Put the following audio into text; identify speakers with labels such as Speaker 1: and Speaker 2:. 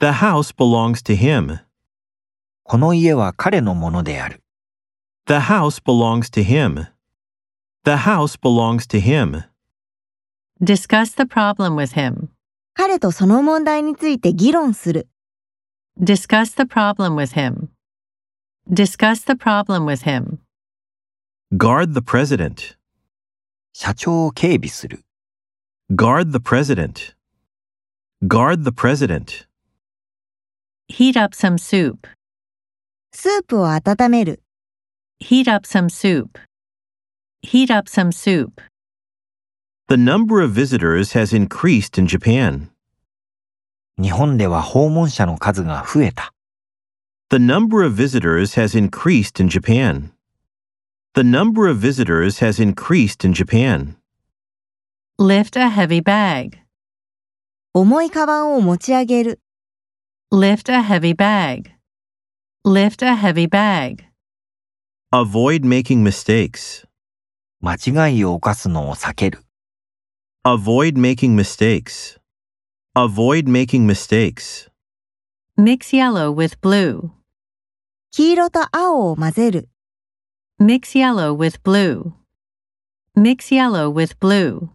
Speaker 1: The house belongs to him.
Speaker 2: この家は彼のものである。
Speaker 1: The house belongs to him. The house belongs to him.
Speaker 3: Discuss the problem with him.
Speaker 4: 彼とその問題について議論する。
Speaker 3: Discuss the problem with him. Discuss the problem with him.
Speaker 1: Guard the president.
Speaker 2: 社長を警備する。
Speaker 1: Guard the president. Guard the president.
Speaker 3: Heat up some soup.
Speaker 4: スープを温める。
Speaker 3: Heat up some soup. Heat up some soup.
Speaker 1: The number of visitors has increased in Japan.
Speaker 2: 日本では訪問者の数が増えた。
Speaker 1: The number of visitors has increased in Japan. The number of visitors has increased in Japan.
Speaker 3: Lift a heavy bag.
Speaker 4: 重いカバンを持ち上げる。
Speaker 3: Lift a heavy bag. Lift a heavy bag.
Speaker 1: Avoid making mistakes.
Speaker 2: 間違いを犯すのを避ける。
Speaker 1: Avoid making mistakes. Avoid making mistakes.
Speaker 3: Mix yellow with blue.
Speaker 4: 黄色と青を混ぜる。
Speaker 3: Mix yellow with blue. Mix yellow with blue.